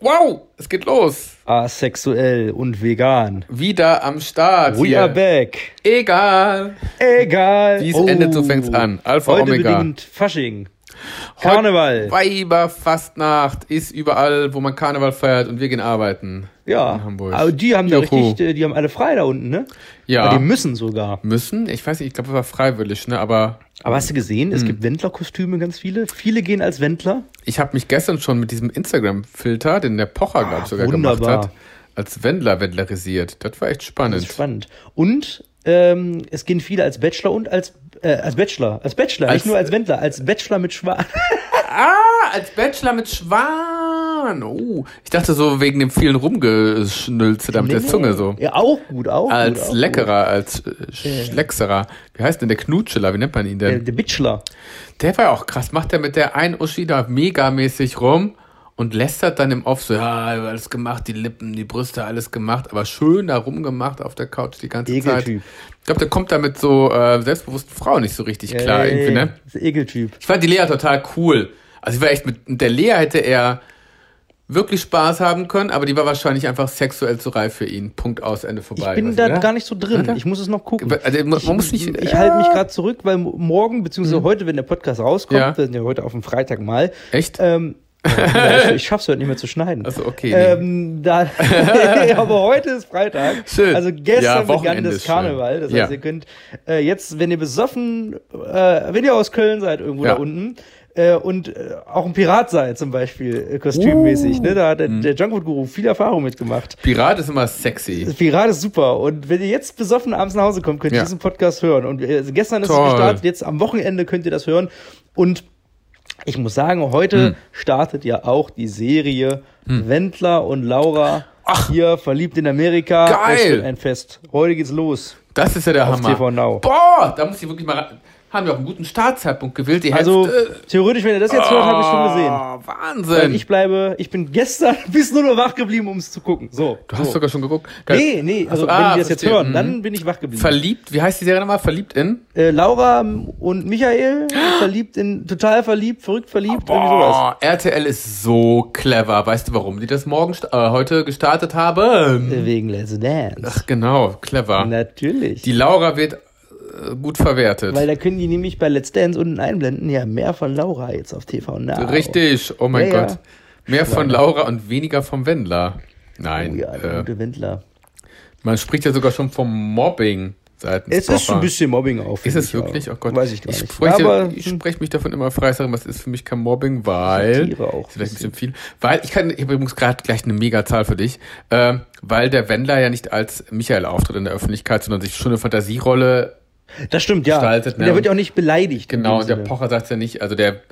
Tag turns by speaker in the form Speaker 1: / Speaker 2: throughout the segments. Speaker 1: Wow, es geht los.
Speaker 2: Asexuell und vegan.
Speaker 1: Wieder am Start.
Speaker 2: We are back.
Speaker 1: Egal.
Speaker 2: Egal. Oh.
Speaker 1: Wie es endet, so fängt's an. Alpha,
Speaker 2: Heute
Speaker 1: Omega.
Speaker 2: bedingt Fasching. Karneval.
Speaker 1: Weiberfastnacht ist überall, wo man Karneval feiert und wir gehen arbeiten.
Speaker 2: ja.
Speaker 1: in Hamburg.
Speaker 2: Aber die haben ja
Speaker 1: Juhu.
Speaker 2: richtig, äh, die haben alle frei da unten, ne?
Speaker 1: Ja.
Speaker 2: Aber die müssen sogar.
Speaker 1: Müssen? Ich weiß nicht, ich glaube, es war freiwillig, ne? Aber
Speaker 2: Aber hast du gesehen,
Speaker 1: Hm.
Speaker 2: es gibt Wendlerkostüme, ganz viele. Viele gehen als Wendler.
Speaker 1: ich habe mich gestern schon mit diesem Instagram-Filter, den der Pocher, glaube ich, sogar
Speaker 2: wunderbar.
Speaker 1: gemacht hat, als Wendler wendlerisiert. Das war echt
Speaker 2: Das
Speaker 1: spannend.
Speaker 2: ist spannend. Und ähm, es gehen viele als Bachelor und als äh, als Bachelor, als Bachelor,
Speaker 1: Als-
Speaker 2: nicht nur als Wendler, als Bachelor mit Schwarz.
Speaker 1: Ah, als Bachelor mit Schwan. Oh, ich dachte so wegen dem vielen Rumgeschnülze da mit der Zunge so.
Speaker 2: Ja, auch gut, auch gut.
Speaker 1: Als
Speaker 2: auch
Speaker 1: Leckerer, als äh, Schleckserer. Wie heißt denn der Knutscheler? Wie nennt man ihn
Speaker 2: Gut. Der,
Speaker 1: denn?
Speaker 2: der Bachelor.
Speaker 1: Der war ja auch krass. Macht er mit der einen Uschi da megamäßig rum und lästert dann im Off so, ja, alles gemacht, die Lippen, die Brüste, alles gemacht, aber schön da rumgemacht auf der Couch die ganze Zeit.
Speaker 2: Ekeltyp.
Speaker 1: Ich glaube, der kommt da mit so äh, selbstbewussten Frauen nicht so richtig klar
Speaker 2: Ey,
Speaker 1: irgendwie, ne?
Speaker 2: Das Äh, ist ein Ekeltyp.
Speaker 1: Ich fand die Lea total cool. Also ich war echt mit, mit der Lea hätte er wirklich Spaß haben können, aber die war wahrscheinlich einfach sexuell zu reif für ihn. Punkt aus, Ende vorbei.
Speaker 2: Ich bin
Speaker 1: Weißt
Speaker 2: da
Speaker 1: du, ne?
Speaker 2: gar nicht so drin. Ich muss es noch gucken.
Speaker 1: Also, man- man muss nicht-
Speaker 2: ich
Speaker 1: ja. Mhm.
Speaker 2: halte mich gerade zurück, weil morgen, beziehungsweise heute, wenn der Podcast rauskommt,
Speaker 1: Ja.
Speaker 2: wir sind ja heute auf dem Freitag mal.
Speaker 1: Echt?
Speaker 2: Ähm, ja, ich ich schaff's heute nicht mehr zu schneiden.
Speaker 1: Also, okay, nee.
Speaker 2: Ähm, da, aber heute ist Freitag.
Speaker 1: Schön.
Speaker 2: Also gestern
Speaker 1: Ja,
Speaker 2: begann
Speaker 1: Wochenende
Speaker 2: das
Speaker 1: ist schön.
Speaker 2: Karneval. Das heißt,
Speaker 1: Ja.
Speaker 2: ihr könnt äh, jetzt, wenn ihr besoffen, äh, wenn ihr aus Köln seid, irgendwo
Speaker 1: Ja.
Speaker 2: da unten, äh, und äh, auch ein Pirat seid zum Beispiel, äh, kostümmäßig,
Speaker 1: Uh.
Speaker 2: ne? Da hat der,
Speaker 1: Mhm.
Speaker 2: der Junkfood-Guru viel Erfahrung mitgemacht.
Speaker 1: Pirat ist immer sexy.
Speaker 2: Pirat ist super. Und wenn ihr jetzt besoffen abends nach Hause kommt, könnt ihr
Speaker 1: Ja.
Speaker 2: diesen Podcast hören. Und äh, gestern ist
Speaker 1: Toll.
Speaker 2: es gestartet, jetzt am Wochenende könnt ihr das hören. Und ich muss sagen, heute
Speaker 1: Hm.
Speaker 2: startet ja auch die Serie Wendler und Laura hier verliebt in Amerika.
Speaker 1: Geil.
Speaker 2: Es wird ein Fest. Heute geht's los.
Speaker 1: Das ist ja der Hammer.
Speaker 2: TV Now.
Speaker 1: Boah, da muss ich wirklich mal ran. Haben wir auch einen guten Startzeitpunkt gewählt. Die
Speaker 2: Also
Speaker 1: Hälfte.
Speaker 2: theoretisch, wenn ihr das jetzt hört, habe ich schon gesehen.
Speaker 1: Oh,
Speaker 2: Weil
Speaker 1: Wahnsinn.
Speaker 2: ich bleibe, ich bin gestern bis 0 Uhr wach geblieben, um es zu gucken. So.
Speaker 1: du hast
Speaker 2: so.
Speaker 1: sogar schon geguckt. Geil.
Speaker 2: Nee, nee, also
Speaker 1: Ach so,
Speaker 2: wenn
Speaker 1: ah,
Speaker 2: die das jetzt
Speaker 1: verstehe.
Speaker 2: hören,
Speaker 1: Mhm.
Speaker 2: dann bin ich wach geblieben.
Speaker 1: Verliebt, wie heißt die Serie nochmal? Verliebt in?
Speaker 2: äh, Laura und Michael verliebt in total verliebt, verrückt verliebt, irgendwie sowas.
Speaker 1: Boah, RTL ist so clever. Weißt du, warum die das morgen sta- äh, heute gestartet haben?
Speaker 2: Äh, Wegen Let's Dance.
Speaker 1: Ach, genau, clever.
Speaker 2: Natürlich.
Speaker 1: Die Laura wird äh, gut verwertet.
Speaker 2: Weil da können die nämlich bei Let's Dance unten einblenden, ja, mehr von Laura jetzt auf TV Now.
Speaker 1: Richtig, oh mein
Speaker 2: Ja, ja.
Speaker 1: Gott. Mehr von Laura und weniger vom Wendler.
Speaker 2: Oh
Speaker 1: Nein,
Speaker 2: ja, der
Speaker 1: äh,
Speaker 2: gute Wendler.
Speaker 1: man spricht ja sogar schon vom Mobbing seitens
Speaker 2: Es ist
Speaker 1: Papa.
Speaker 2: ein bisschen Mobbing auf.
Speaker 1: Ist
Speaker 2: finde
Speaker 1: es
Speaker 2: ich
Speaker 1: wirklich?
Speaker 2: auch.
Speaker 1: Oh Gott.
Speaker 2: Weiß ich gar
Speaker 1: ich
Speaker 2: nicht.
Speaker 1: spreche,
Speaker 2: Aber
Speaker 1: ich
Speaker 2: hm,
Speaker 1: spreche mich davon immer frei, sage, was ist für mich kein Mobbing, weil.
Speaker 2: Satire auch
Speaker 1: ist vielleicht ein bisschen viel. Weil ich kann, ich habe übrigens gerade gleich eine Megazahl für dich, ähm, weil der Wendler ja nicht als Michael auftritt in der Öffentlichkeit, sondern sich schon eine Fantasierolle.
Speaker 2: das stimmt, ja.
Speaker 1: gestaltet,
Speaker 2: Und
Speaker 1: ne?
Speaker 2: der wird ja auch nicht beleidigt. in
Speaker 1: Genau,
Speaker 2: dem
Speaker 1: und der
Speaker 2: Sinne.
Speaker 1: Pocher sagt ja nicht, also der,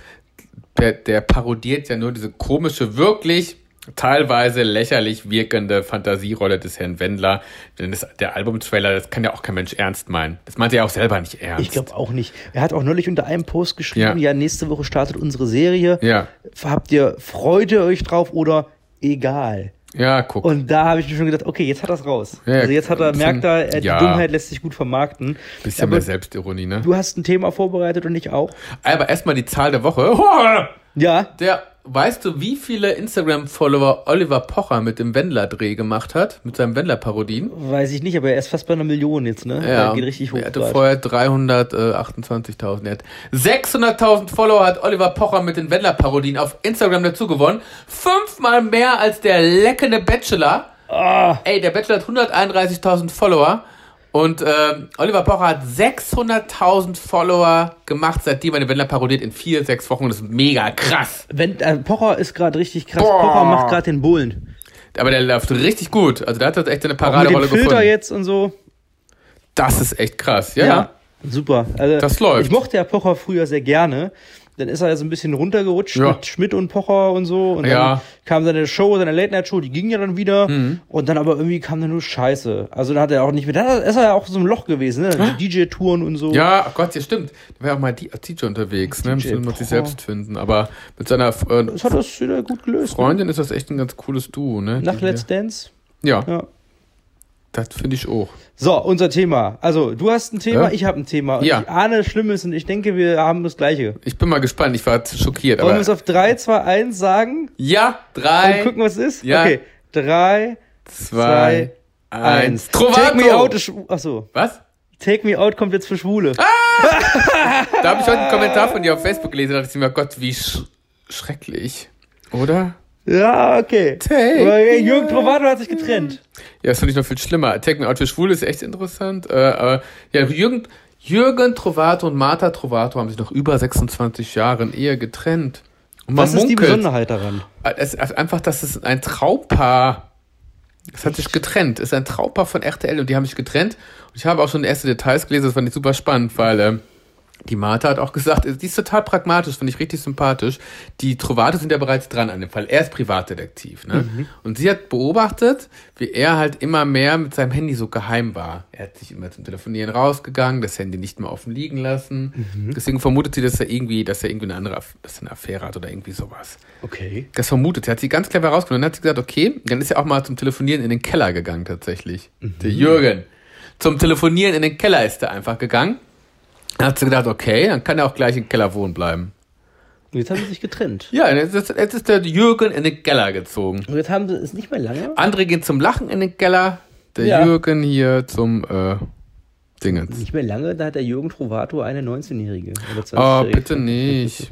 Speaker 1: der, der parodiert ja nur diese komische, wirklich teilweise lächerlich wirkende Fantasierolle des Herrn Wendler. Denn das, der Albumtrailer, das kann ja auch kein Mensch ernst meinen. Das meint er ja auch selber nicht ernst.
Speaker 2: Ich glaube auch nicht. Er hat auch neulich unter einem Post geschrieben,
Speaker 1: Ja.
Speaker 2: ja, nächste Woche startet unsere Serie.
Speaker 1: Ja.
Speaker 2: Habt ihr, freut ihr euch drauf oder egal?
Speaker 1: Ja, guck.
Speaker 2: Und da habe ich mir schon gedacht, okay, jetzt hat er's raus.
Speaker 1: Ja, ja,
Speaker 2: also jetzt hat er,
Speaker 1: ein bisschen-
Speaker 2: merkt er, äh, die
Speaker 1: ja.
Speaker 2: Dummheit lässt sich gut vermarkten.
Speaker 1: Bisschen
Speaker 2: Aber
Speaker 1: mehr Selbstironie, ne?
Speaker 2: du hast ein Thema vorbereitet und ich auch.
Speaker 1: Aber erstmal die Zahl der Woche. Hoah!
Speaker 2: Ja,
Speaker 1: Der, weißt du, wie viele Instagram-Follower Oliver Pocher mit dem Wendler-Dreh gemacht hat? Mit seinen Wendler-Parodien?
Speaker 2: weiß ich nicht, aber er ist fast bei einer Million jetzt, ne? Er geht richtig hoch.
Speaker 1: Er hatte
Speaker 2: grad.
Speaker 1: vorher 328.000. Er hat 600.000 Follower hat Oliver Pocher mit den Wendler-Parodien auf Instagram dazu gewonnen. Fünfmal mehr als der leckende Bachelor.
Speaker 2: Ah,
Speaker 1: Ey, der Bachelor hat 131.000 Follower. Und ähm, Oliver Pocher hat 600.000 Follower gemacht, seitdem er den Wendler parodiert in vier, sechs Wochen. Das ist mega krass.
Speaker 2: Wenn, äh, Pocher ist gerade richtig krass.
Speaker 1: Boah.
Speaker 2: Pocher macht gerade den Bullen.
Speaker 1: Aber der läuft richtig gut. Also der hat jetzt echt eine
Speaker 2: Auch mit dem
Speaker 1: Paraderolle
Speaker 2: Filter
Speaker 1: gefunden.
Speaker 2: jetzt und so.
Speaker 1: Das ist echt krass, ja.
Speaker 2: Super. Also,
Speaker 1: Das läuft.
Speaker 2: Ich mochte ja Pocher früher sehr gerne. Dann ist er ja so ein bisschen runtergerutscht
Speaker 1: Ja.
Speaker 2: mit Schmidt und Pocher und so. Und
Speaker 1: Ja. Mhm.
Speaker 2: dann kam seine Show, seine Late-Night-Show, die ging ja dann wieder. Und dann aber irgendwie kam dann nur Scheiße. Also dann hat er auch nicht mehr. Dann ist er ja auch so im Loch gewesen, ne? Die DJ-Touren und so.
Speaker 1: Ja, oh Gott, ja stimmt. Da war ja auch mal die- als DJ unterwegs, ne?
Speaker 2: DJ
Speaker 1: Muss man sich
Speaker 2: Pocher.
Speaker 1: selbst finden. Aber mit seiner äh,
Speaker 2: Das hat das wieder gut gelöst.
Speaker 1: Freundin ist das echt ein ganz cooles Duo, ne?
Speaker 2: Nach
Speaker 1: Die-
Speaker 2: Let's Dance.
Speaker 1: ja.
Speaker 2: Ja.
Speaker 1: Das finde ich auch.
Speaker 2: So, unser Thema. Also, du hast ein Thema,
Speaker 1: Ja.
Speaker 2: ich habe ein Thema. Und
Speaker 1: Ja.
Speaker 2: Ich ahne Schlimmes und ich denke, wir haben das Gleiche.
Speaker 1: Ich bin mal gespannt. Ich war schockiert.
Speaker 2: Wollen wir Oh,
Speaker 1: Aber
Speaker 2: es auf 3, 2, 1 sagen
Speaker 1: ja,
Speaker 2: und
Speaker 1: drei,
Speaker 2: gucken, was es ist?
Speaker 1: Ja.
Speaker 2: Okay. 3,
Speaker 1: zwei, eins.
Speaker 2: Take me out.
Speaker 1: Trovato.
Speaker 2: ist schw- Achso.
Speaker 1: Was?
Speaker 2: Take me out kommt jetzt für Schwule.
Speaker 1: Ah. Da habe ich heute einen Kommentar von dir auf Facebook gelesen. Da dachte ich mir, Gott, wie sch schrecklich. Oder?
Speaker 2: Ja, okay.
Speaker 1: Take
Speaker 2: Weil,
Speaker 1: me
Speaker 2: äh, Jürgen Trovato hat sich getrennt.
Speaker 1: Ja, das finde ich noch viel schlimmer. Take Me Out für Schwule ist echt interessant. Äh, aber, ja, Jürgen, Jürgen Trovato und Martha Trovato haben sich nach über 26 Jahren Ehe getrennt. Und man
Speaker 2: Was ist die
Speaker 1: munkelt,
Speaker 2: Besonderheit daran?
Speaker 1: äh, Es ist einfach, dass es ein Traumpaar. Es hat sich getrennt. Es ist ein Traumpaar von RTL und die haben sich getrennt. Und ich habe auch schon erste Details gelesen. Das fand ich super spannend, weil ähm, die Martha hat auch gesagt, die ist total pragmatisch, finde ich richtig sympathisch. Die Trovate sind ja bereits dran an dem Fall. Er ist Privatdetektiv. Ne? Und sie hat beobachtet, wie er halt immer mehr mit seinem Handy so geheim war. Er hat sich immer zum Telefonieren rausgegangen, das Handy nicht mehr offen liegen lassen. Deswegen vermutet sie, dass er irgendwie, dass er irgendwie eine andere Aff- dass er eine Affäre hat oder irgendwie sowas.
Speaker 2: Okay.
Speaker 1: Das vermutet. Sie hat sie ganz clever rausgenommen. Dann hat sie gesagt, okay, dann ist er auch mal zum Telefonieren in den Keller gegangen tatsächlich.
Speaker 2: Mhm.
Speaker 1: Der Jürgen. Zum Telefonieren in den Keller ist er einfach gegangen. Dann hat sie gedacht, okay, dann kann er auch gleich im Keller wohnen bleiben.
Speaker 2: Und jetzt haben sie sich getrennt.
Speaker 1: Ja, jetzt ist, jetzt ist der Jürgen in den Keller gezogen.
Speaker 2: Und jetzt haben sie es nicht mehr lange.
Speaker 1: Andere gehen zum Lachen in den Keller. Der
Speaker 2: Ja. Hm.
Speaker 1: Jürgen hier zum äh, Dingens.
Speaker 2: Nicht mehr lange, da hat der Jürgen Trovato eine 19-Jährige. Oder
Speaker 1: Oh,
Speaker 2: 20-Jährige.
Speaker 1: bitte nicht.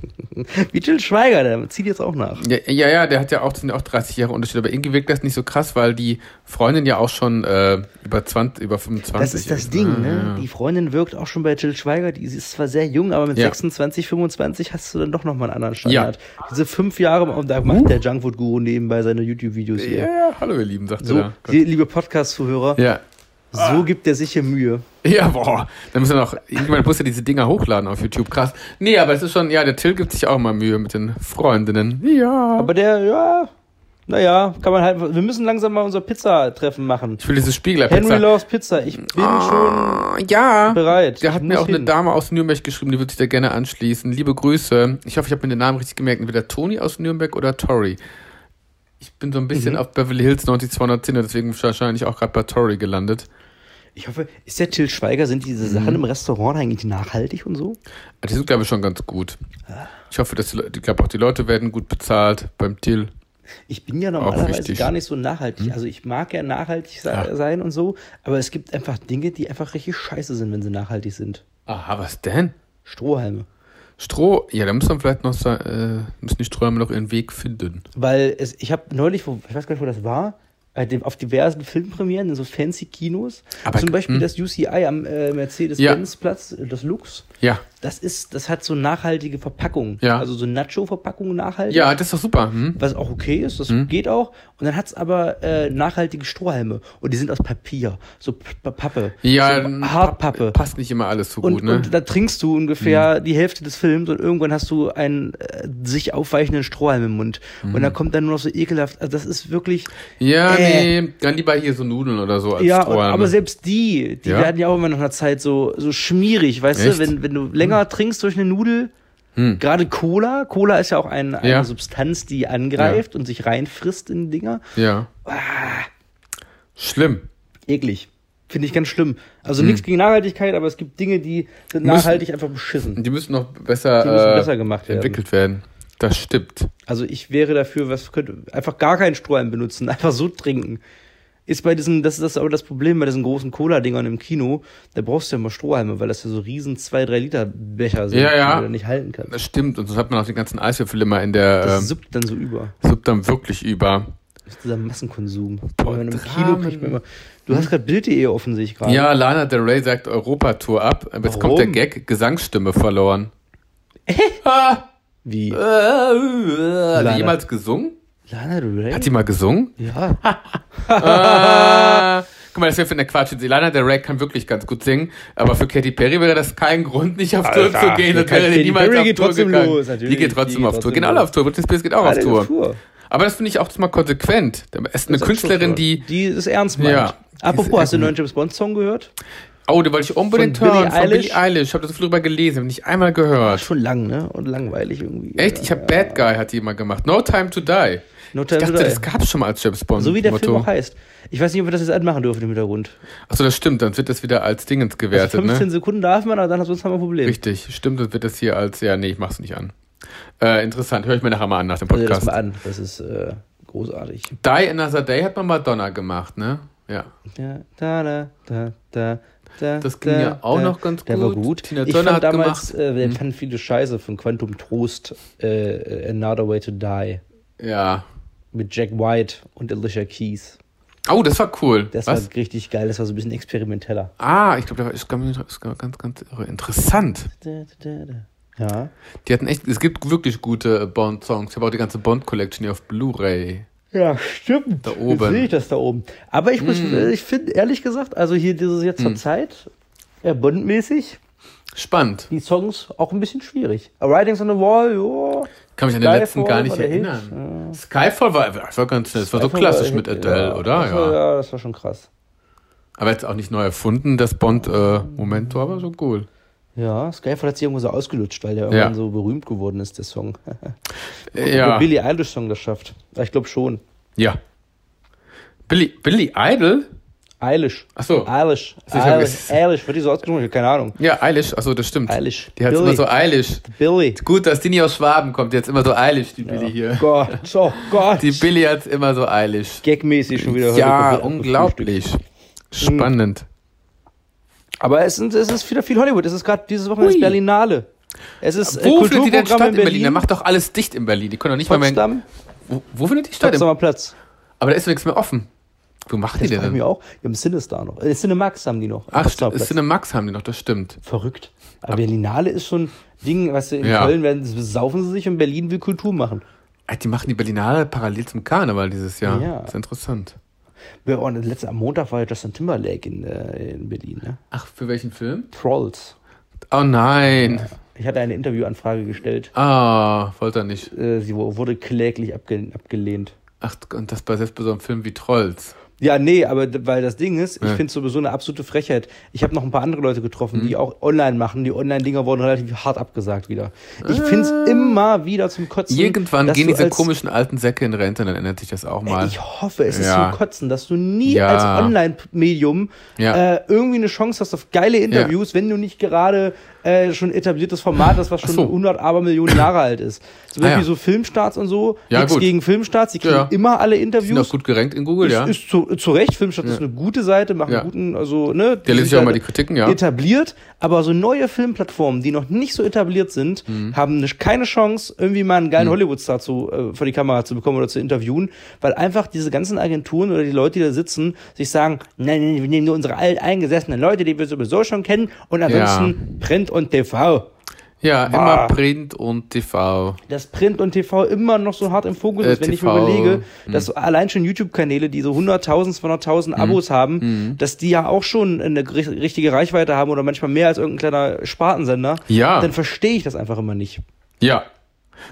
Speaker 2: Wie Jill Schweiger, der zieht jetzt auch nach.
Speaker 1: Ja, ja, ja, der hat ja auch, sind ja auch 30 Jahre Unterschied, aber irgendwie wirkt das nicht so krass, weil die Freundin ja auch schon äh, über 20, über 25
Speaker 2: Das ist das Ding,
Speaker 1: Ah,
Speaker 2: ne? Die Freundin wirkt auch schon bei Jill Schweiger. Die ist zwar sehr jung, aber mit
Speaker 1: Ja.
Speaker 2: 26, 25 hast du dann doch nochmal einen anderen Standard. Diese fünf Jahre, und da macht der Junkfood-Guru nebenbei seine YouTube-Videos
Speaker 1: Uh. Ja,
Speaker 2: hier.
Speaker 1: ja, hallo ihr Lieben, sagt
Speaker 2: So,
Speaker 1: er da.
Speaker 2: die, liebe Podcast-Zuhörer,
Speaker 1: Ja.
Speaker 2: so gibt er sich hier Mühe.
Speaker 1: Ja, boah. Dann müssen wir noch, irgendwann muss er diese Dinger hochladen auf YouTube. Krass. Nee, aber es ist schon, ja, der Till gibt sich auch mal Mühe mit den Freundinnen. Ja.
Speaker 2: Aber der, ja, naja, kann man halt, wir müssen langsam mal unser Pizza-Treffen machen.
Speaker 1: Ich will dieses
Speaker 2: Henry
Speaker 1: Spiegeler-Pizza.
Speaker 2: Loves Pizza, ich bin schon
Speaker 1: Ah, ja.
Speaker 2: bereit.
Speaker 1: Da
Speaker 2: Ich
Speaker 1: hat
Speaker 2: muss
Speaker 1: mir auch
Speaker 2: hin.
Speaker 1: eine Dame aus Nürnberg geschrieben, die würde sich da gerne anschließen. Liebe Grüße. Ich hoffe, ich habe mir den Namen richtig gemerkt. Entweder Toni aus Nürnberg oder Tori. Ich bin so ein bisschen
Speaker 2: Mhm.
Speaker 1: auf Beverly Hills 90210, deswegen wahrscheinlich auch gerade bei Tori gelandet.
Speaker 2: Ich hoffe, ist der Till Schweiger, sind diese
Speaker 1: Mhm.
Speaker 2: Sachen im Restaurant eigentlich nachhaltig und so?
Speaker 1: Aber Die sind, glaube ich, schon ganz gut. Ich hoffe, dass die Leute, ich glaube auch die Leute werden gut bezahlt beim Till.
Speaker 2: Ich bin ja normalerweise
Speaker 1: wichtig.
Speaker 2: gar nicht so nachhaltig. Also ich mag ja nachhaltig se-
Speaker 1: Mhm. Ja.
Speaker 2: sein und so, aber es gibt einfach Dinge, die einfach richtig scheiße sind, wenn sie nachhaltig sind.
Speaker 1: Aha, was denn?
Speaker 2: Strohhalme.
Speaker 1: Stroh, ja, da muss man vielleicht noch, sa- äh, müssen die Strohhalme noch ihren Weg finden.
Speaker 2: Weil es, ich habe neulich, wo, ich weiß gar nicht, wo das war, bei dem- auf diversen Filmpremieren in so fancy Kinos,
Speaker 1: Aber-
Speaker 2: zum Beispiel
Speaker 1: hm.
Speaker 2: das UCI am äh, Mercedes-Benz-Platz, das Lux,
Speaker 1: Ja,
Speaker 2: das ist, das hat so nachhaltige Verpackungen.
Speaker 1: Ja.
Speaker 2: Also so Nacho-Verpackungen nachhaltig.
Speaker 1: ja, Hm. das ist doch super. Hm?
Speaker 2: was auch okay ist, das geht auch. Und dann hat's aber äh, nachhaltige Strohhalme und die sind aus Papier, so P P- Pappe,
Speaker 1: Ja,
Speaker 2: so
Speaker 1: pa-
Speaker 2: Hartpappe.
Speaker 1: Passt nicht immer alles so
Speaker 2: Und,
Speaker 1: gut, ne? Mhm.
Speaker 2: und da trinkst du ungefähr die Hälfte des Films und irgendwann hast du einen äh, sich aufweichenden Strohhalm im Mund. Und da kommt dann nur noch so ekelhaft, also das ist wirklich,
Speaker 1: Mhm. Ja,
Speaker 2: Äh.
Speaker 1: nee, dann lieber hier so Nudeln oder so als
Speaker 2: ja, und,
Speaker 1: Strohhalme.
Speaker 2: aber selbst die, die
Speaker 1: Ja.
Speaker 2: werden ja auch immer nach einer Zeit so, so schmierig, weißt
Speaker 1: Echt?
Speaker 2: du, wenn, wenn du länger trinkst durch eine Nudel,
Speaker 1: Hm.
Speaker 2: gerade Cola, Cola ist ja auch ein, eine
Speaker 1: Ja.
Speaker 2: Substanz, die angreift und sich reinfrisst in Dinger.
Speaker 1: ja. Schlimm.
Speaker 2: eklig. Finde ich ganz schlimm. Also
Speaker 1: Hm.
Speaker 2: nichts gegen Nachhaltigkeit, aber es gibt Dinge, die sind
Speaker 1: Müssen-
Speaker 2: nachhaltig einfach beschissen.
Speaker 1: Die müssen noch besser,
Speaker 2: Die müssen
Speaker 1: äh,
Speaker 2: besser gemacht werden.
Speaker 1: entwickelt werden. Das stimmt.
Speaker 2: Also ich wäre dafür, was könnte einfach gar keinen Strohhalm benutzen, einfach so trinken. Ist bei diesen, das ist das aber das Problem bei diesen großen Cola-Dingern im Kino, da brauchst du ja immer Strohhalme, weil das ja so riesen 2-3 Liter Becher sind,
Speaker 1: Ja, ja.
Speaker 2: die du da nicht halten kannst.
Speaker 1: Das stimmt. Und sonst hat man auch den ganzen Eiswürfel immer in der
Speaker 2: Das
Speaker 1: äh,
Speaker 2: suppt dann so über.
Speaker 1: Suppe dann wirklich über.
Speaker 2: Das ist dieser Massenkonsum.
Speaker 1: Boah,
Speaker 2: Wenn man im Kino
Speaker 1: Dramen.
Speaker 2: kriegt man immer. Du hast gerade Bild.de offensichtlich gerade.
Speaker 1: Ja, Lana Del Rey sagt Europatour ab. Aber jetzt
Speaker 2: Warum?
Speaker 1: kommt der Gag, Gesangsstimme verloren. ah,
Speaker 2: Wie?
Speaker 1: äh, äh, hat die jemals gesungen?
Speaker 2: Lana Del Rey?
Speaker 1: Hat die mal gesungen?
Speaker 2: Ja.
Speaker 1: Ah. Guck mal, das wäre für eine Quatsch. Lana Del Rey kann wirklich ganz gut singen, aber für Katy Perry wäre das kein Grund, nicht auf Tour
Speaker 2: Alter,
Speaker 1: zu gehen. Das
Speaker 2: die
Speaker 1: wäre
Speaker 2: Katy
Speaker 1: die niemals
Speaker 2: Perry
Speaker 1: auf
Speaker 2: geht
Speaker 1: Tour
Speaker 2: trotzdem
Speaker 1: gegangen.
Speaker 2: los,
Speaker 1: Die
Speaker 2: natürlich.
Speaker 1: geht
Speaker 2: Die
Speaker 1: trotzdem
Speaker 2: geht
Speaker 1: auf Tour.
Speaker 2: trotzdem
Speaker 1: Gehen alle
Speaker 2: los.
Speaker 1: auf Tour. Britney Spears geht auch auf
Speaker 2: Alle auf
Speaker 1: Tour.
Speaker 2: Tour.
Speaker 1: Aber das finde ich auch mal konsequent. Es ist eine Künstlerin, die...
Speaker 2: Die ist ernst meint.
Speaker 1: Ja. Die
Speaker 2: Apropos,
Speaker 1: ist
Speaker 2: hast du den
Speaker 1: ernst.
Speaker 2: neuen James Bond Song gehört?
Speaker 1: Oh, den wollte ich unbedingt
Speaker 2: Billie
Speaker 1: hören. Von
Speaker 2: Eilish?
Speaker 1: Billie Eilish. Ich habe da so viel drüber gelesen, habe nicht einmal gehört.
Speaker 2: Schon lang, ne? Und langweilig irgendwie.
Speaker 1: Echt? Ich habe Bad Guy, hat die mal gemacht. No Time to Die. Ich
Speaker 2: Notable
Speaker 1: dachte, das gab schon mal als James Bond.
Speaker 2: So wie der Film
Speaker 1: Motto.
Speaker 2: auch halt- heißt. Ich weiß nicht, ob wir das jetzt anmachen dürfen im Hintergrund.
Speaker 1: Achso, das stimmt, dann wird das wieder als Dingens
Speaker 2: Also
Speaker 1: gewertet,
Speaker 2: 15
Speaker 1: ne?
Speaker 2: Sekunden darf man, aber dann sonst haben wir ein Problem.
Speaker 1: Richtig, stimmt, dann wird das hier als, ja, nee, ich mach's nicht an. Äh, interessant, höre ich mir nachher mal an nach dem
Speaker 2: Also das
Speaker 1: Podcast.
Speaker 2: mal an. Das ist äh, großartig.
Speaker 1: Die Another Day hat man Madonna gemacht, ne? Ja.
Speaker 2: Da, da, da, da, da, da,
Speaker 1: Das ging ja auch noch ganz
Speaker 2: Der war
Speaker 1: gut.
Speaker 2: gut.
Speaker 1: Tina
Speaker 2: ich
Speaker 1: Turner
Speaker 2: fand
Speaker 1: hat
Speaker 2: damals,
Speaker 1: gemacht. Mhm.
Speaker 2: äh, wir fanden viele Scheiße von Quantum Trost, äh, äh, Another Way to Die
Speaker 1: Ja.
Speaker 2: mit Jack White und Alicia Keys.
Speaker 1: Oh, das war cool.
Speaker 2: Das
Speaker 1: Was?
Speaker 2: war richtig geil, das war so ein bisschen experimenteller.
Speaker 1: ah, ich glaube, das ist ganz, ganz irre. interessant.
Speaker 2: Da, da, da, da. Ja.
Speaker 1: Die hatten echt, es gibt wirklich gute äh, Bond-Songs. Ich habe auch die ganze Bond-Collection hier auf Blu-ray.
Speaker 2: Ja, stimmt.
Speaker 1: Da oben. Mhm.
Speaker 2: Jetzt sehe ich das da oben. Aber ich muss, äh, ich finde, ehrlich gesagt, also hier dieses jetzt zur Zeit, ja, bondmäßig,
Speaker 1: Spannend.
Speaker 2: die Songs auch ein bisschen schwierig. A Writings on the Wall, jo.
Speaker 1: Kann mich an den
Speaker 2: Skyfall
Speaker 1: letzten gar nicht
Speaker 2: war der Hit,
Speaker 1: erinnern. Skyfall war, war ganz schnell. Das war so
Speaker 2: Einfach
Speaker 1: klassisch
Speaker 2: mal-
Speaker 1: mit Adele, oder?
Speaker 2: Das
Speaker 1: Ja.
Speaker 2: war, ja, das war schon krass.
Speaker 1: Aber jetzt auch nicht neu erfunden, das Bond-Moment war aber so cool.
Speaker 2: Ja, Skyfall hat sich irgendwo so ausgelutscht, weil der irgendwann
Speaker 1: Ja.
Speaker 2: so berühmt geworden ist, der Song.
Speaker 1: Ja.
Speaker 2: Ob Billie Eilish-Song das schafft. Ich glaube schon.
Speaker 1: ja. Billy, Billy Idol?
Speaker 2: Eilish.
Speaker 1: Ach so.
Speaker 2: Eilish.
Speaker 1: Oh. hab
Speaker 2: Eilish.
Speaker 1: gesagt-
Speaker 2: Eilish. Wird die so ausgesprochen? Ich hab Keine Ahnung.
Speaker 1: Ja, Eilish. Achso, das stimmt.
Speaker 2: Eilish.
Speaker 1: Die hat
Speaker 2: Billy.
Speaker 1: immer so Eilish.
Speaker 2: Billy.
Speaker 1: Gut, dass die nicht aus Schwaben kommt. Die hat immer so Eilish, die Billy hier.
Speaker 2: Gott, oh Gott.
Speaker 1: Die Billy hat immer so Eilig.
Speaker 2: Gagmäßig schon wieder. heute
Speaker 1: Ja,
Speaker 2: komplett
Speaker 1: unglaublich.
Speaker 2: abgefrühstückt.
Speaker 1: Spannend.
Speaker 2: Aber es, sind, es ist wieder viel Hollywood. Es ist gerade dieses Wochenende
Speaker 1: Hui.
Speaker 2: das Berlinale. Es ist äh,
Speaker 1: Wo findet die denn statt
Speaker 2: Kulturprogramm
Speaker 1: in Berlin? Da macht doch alles dicht in Berlin. Die können doch nicht mal mehr.
Speaker 2: Potsdam,
Speaker 1: Wo, wo findet die statt?
Speaker 2: Potsdamer Platz.
Speaker 1: Aber da ist doch nichts mehr offen. Wo machen die
Speaker 2: Das
Speaker 1: denn?
Speaker 2: haben
Speaker 1: denn?
Speaker 2: wir auch. Wir haben Cinestar noch. Äh, Cinemax haben die noch. am
Speaker 1: Ach,
Speaker 2: Potsdamer
Speaker 1: stimmt.
Speaker 2: Platz.
Speaker 1: Cinemax haben die noch, das stimmt.
Speaker 2: Verrückt. Aber Berlinale ist schon Ding, weißt du, in
Speaker 1: Ja.
Speaker 2: Köln werden, saufen sie sich und Berlin will Kultur machen.
Speaker 1: Ah, Die machen die Berlinale parallel zum Karneval dieses Jahr.
Speaker 2: Ja.
Speaker 1: Das ist interessant.
Speaker 2: Ja, oh, Und letzte, am Montag war ja Justin Timberlake in, äh, in Berlin, ne?
Speaker 1: Ach, für welchen Film?
Speaker 2: Trolls.
Speaker 1: Oh nein.
Speaker 2: Ich hatte eine Interviewanfrage gestellt.
Speaker 1: Ah, wollte er nicht.
Speaker 2: Äh, sie wu- wurde kläglich abge abgelehnt.
Speaker 1: Ach, und das bei selbst bei so einem Film wie Trolls.
Speaker 2: Ja, nee, aber d- weil das Ding ist, ich
Speaker 1: Ja.
Speaker 2: finde es sowieso eine absolute Frechheit. Ich habe noch ein paar andere Leute getroffen,
Speaker 1: Mhm.
Speaker 2: die auch online machen. Die Online-Dinger wurden relativ hart abgesagt wieder. Ich finde es immer wieder zum Kotzen.
Speaker 1: Ah. Irgendwann
Speaker 2: dass
Speaker 1: gehen
Speaker 2: du
Speaker 1: diese
Speaker 2: als- Äh,
Speaker 1: komischen alten Säcke in Rente, dann ändert sich das auch mal.
Speaker 2: Ich hoffe, es ist
Speaker 1: Ja.
Speaker 2: zum Kotzen, dass du nie
Speaker 1: Ja.
Speaker 2: als Online-Medium
Speaker 1: Ja.
Speaker 2: äh, irgendwie eine Chance hast auf geile Interviews, wenn du nicht gerade äh, schon etabliertes Format hast, was schon
Speaker 1: so.
Speaker 2: 100 aber Millionen Jahre alt ist. Zum
Speaker 1: Ah,
Speaker 2: Beispiel
Speaker 1: ja.
Speaker 2: so Filmstarts und so.
Speaker 1: Ja,
Speaker 2: Nichts
Speaker 1: gut.
Speaker 2: gegen Filmstarts, die kriegen
Speaker 1: Ja.
Speaker 2: immer alle
Speaker 1: Die sind auch
Speaker 2: Interviews.
Speaker 1: gut gerankt in Google, ja.
Speaker 2: Ist, ist zu, zu Recht, Filmstadt ist eine gute Seite, machen
Speaker 1: Ja.
Speaker 2: guten, also, ne?
Speaker 1: Der lese
Speaker 2: sind
Speaker 1: ich auch
Speaker 2: da
Speaker 1: mal die Kritiken, ja.
Speaker 2: Etabliert, aber so neue Filmplattformen, die noch nicht so etabliert sind,
Speaker 1: Mhm.
Speaker 2: haben eine, keine Chance, irgendwie mal einen geilen Hollywood-Star zu, äh, vor die Kamera zu bekommen oder zu interviewen, weil einfach diese ganzen Agenturen oder die Leute, die da sitzen, sich sagen, nein, nein, wir nehmen nur unsere alteingesessenen Leute, die wir sowieso schon kennen und ansonsten Print und TV.
Speaker 1: Ja, immer
Speaker 2: Ah.
Speaker 1: Print und TV.
Speaker 2: dass Print und TV immer noch so hart im Fokus
Speaker 1: Äh, hm.
Speaker 2: ist, wenn
Speaker 1: TV,
Speaker 2: ich mir überlege, dass allein schon YouTube-Kanäle, die so 100.000, 200.000
Speaker 1: Hm.
Speaker 2: Abos haben, dass die ja auch schon eine gri- richtige Reichweite haben oder manchmal mehr als irgendein kleiner Spartensender,
Speaker 1: Ja.
Speaker 2: dann verstehe ich das einfach immer nicht.
Speaker 1: Ja.